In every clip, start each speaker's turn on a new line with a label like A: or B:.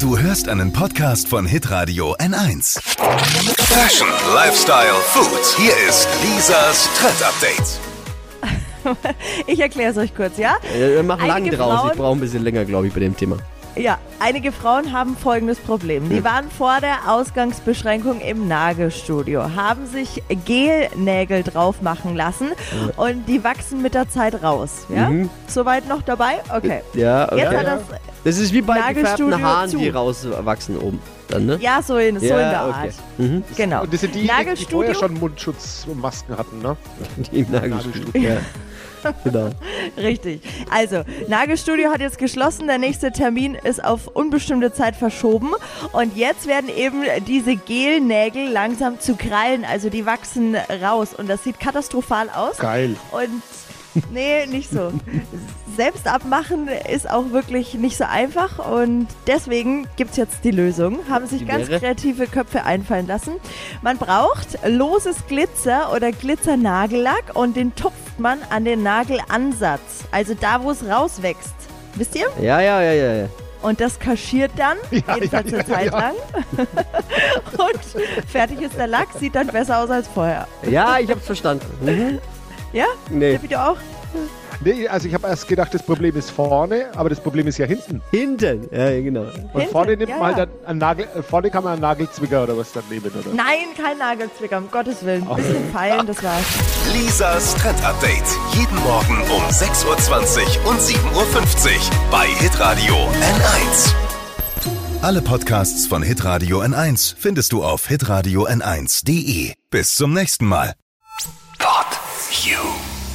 A: Du hörst einen Podcast von Hitradio N1. Fashion, Lifestyle, Food. Hier ist Lisas Trend Update.
B: Ich erkläre es euch kurz, ja?
C: Äh, mach lang
B: Einige
C: draus.
B: Frauen-
C: Ich brauche ein bisschen länger, glaube ich, bei dem Thema.
B: Ja, einige Frauen haben folgendes Problem. Die waren vor der Ausgangsbeschränkung im Nagelstudio, haben sich Gelnägel drauf machen lassen und die wachsen mit der Zeit raus. Ja? Soweit noch dabei? Okay.
C: Mhm. Ja, okay.
B: Jetzt hat das,
C: das ist wie bei
B: Nagelstudio
C: gefärbten Haaren,
B: zu.
C: die rauswachsen oben. Dann, ne?
B: ja, so in, so
C: Ja,
B: in der
C: okay. Mhm.
B: Art. Genau.
D: Und das sind die, die
B: Nagelstudio,
D: vorher schon Mundschutzmasken hatten, ne?
C: Die im Nagelstudio. Ja. genau.
B: Richtig. Also, Nagelstudio hat jetzt geschlossen. Der nächste Termin ist auf unbestimmte Zeit verschoben. Und jetzt werden eben diese Gelnägel langsam zu Krallen. Also, die wachsen raus. Und das sieht katastrophal aus.
D: Geil.
B: Und nee, nicht so. Selbst abmachen ist auch wirklich nicht so einfach und deswegen gibt es jetzt die Lösung. Haben sich
C: Die
B: ganz
C: wäre?
B: kreative Köpfe einfallen lassen. Man braucht loses Glitzer oder Glitzernagellack und den tupft man an den Nagelansatz, also da, wo es rauswächst. Wisst ihr?
C: Ja, ja, ja, ja. ja.
B: Und das kaschiert dann,
D: Ja,
B: jedenfalls eine
D: ja, ja,
B: Zeit
D: ja.
B: lang. und fertig ist der Lack, sieht dann besser aus als vorher.
C: Ja, ich hab's verstanden. Mhm.
B: Ja?
C: Nee.
B: Tippi, du auch?
D: Nee, also ich habe erst gedacht, das Problem ist vorne, aber das Problem ist ja hinten.
C: Hinten. Ja, ja, genau.
D: Und
B: Hinten,
D: vorne nimmt
B: ja,
D: man
B: ja.
D: halt einen Nagel, äh, vorne kann man einen Nagelzwinger oder was dann nehmen, oder?
B: Nein, kein Nagelzwicker, um Gottes Willen. Ein bisschen feilen, das war's.
A: Lisas Trend Update. Jeden Morgen um 6.20 Uhr und 7.50 Uhr bei Hitradio N1. Alle Podcasts von Hitradio N1 findest du auf hitradio n1.de. Bis zum nächsten Mal. Thought you.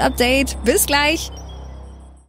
E: Update. Bis gleich.